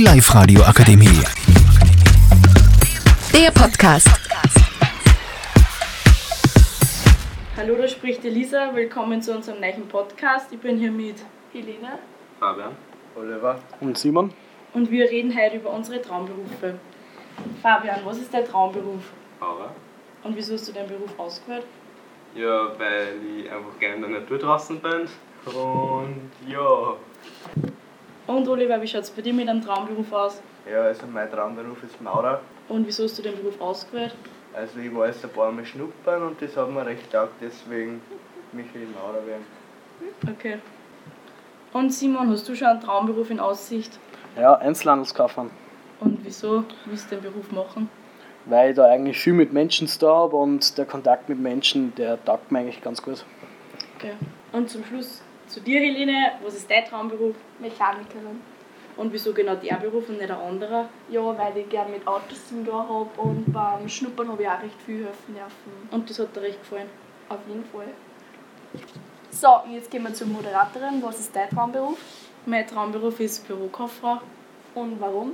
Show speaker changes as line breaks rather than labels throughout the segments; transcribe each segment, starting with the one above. Live Radio Akademie.
Der Podcast.
Hallo, da spricht Elisa. Willkommen zu unserem neuen Podcast. Ich bin hier mit Helena
Fabian.
Oliver.
Und Simon?
und wir reden heute über unsere Traumberufe. Fabian, was ist dein Traumberuf
Aber
und wieso hast du deinen Beruf ausgewählt?
ja, weil ich einfach gerne in der Natur draußen bin. Und ja.
Und Oliver, wie schaut es bei dir mit deinem Traumberuf aus
Ja, also mein Traumberuf ist Maurer.
und wieso hast du den Beruf ausgewählt?
Also ich war jetzt ein paar Mal schnuppern und das hat mir recht taugt, deswegen Michael Maurer werden.
Okay. Und Simon, hast du schon einen Traumberuf in Aussicht?
Ja, Einzelhandelskaufmann.
Und wieso willst du den Beruf machen?
Weil ich da eigentlich viel mit Menschen zu tun habe und der Kontakt mit Menschen, der taugt mir eigentlich ganz gut.
Okay. Und zum Schluss zu dir, Helene. Was ist dein Traumberuf
Mechanikerin.
und wieso genau der Beruf und nicht ein anderer?
Ja, weil ich gerne mit Autos zum da habe und beim Schnuppern habe ich auch recht viel helfen dürfen.
Und das hat dir recht gefallen.
Auf jeden Fall. So, und jetzt gehen wir zur Moderatorin. Was ist dein Traumberuf
Mein Traumberuf ist Bürokauffrau.
und warum?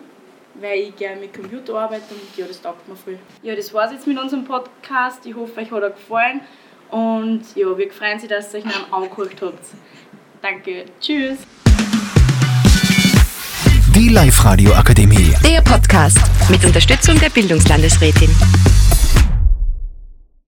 weil ich gerne mit Computer arbeite und ja, das taugt mir viel. Ja, das war's jetzt mit unserem Podcast. Ich hoffe, euch hat er gefallen und ja, wir freuen uns, dass ihr euch noch angehört habt. Danke, tschüss!
Die Live Radio Akademie.
Der Podcast mit Unterstützung der Bildungslandesrätin.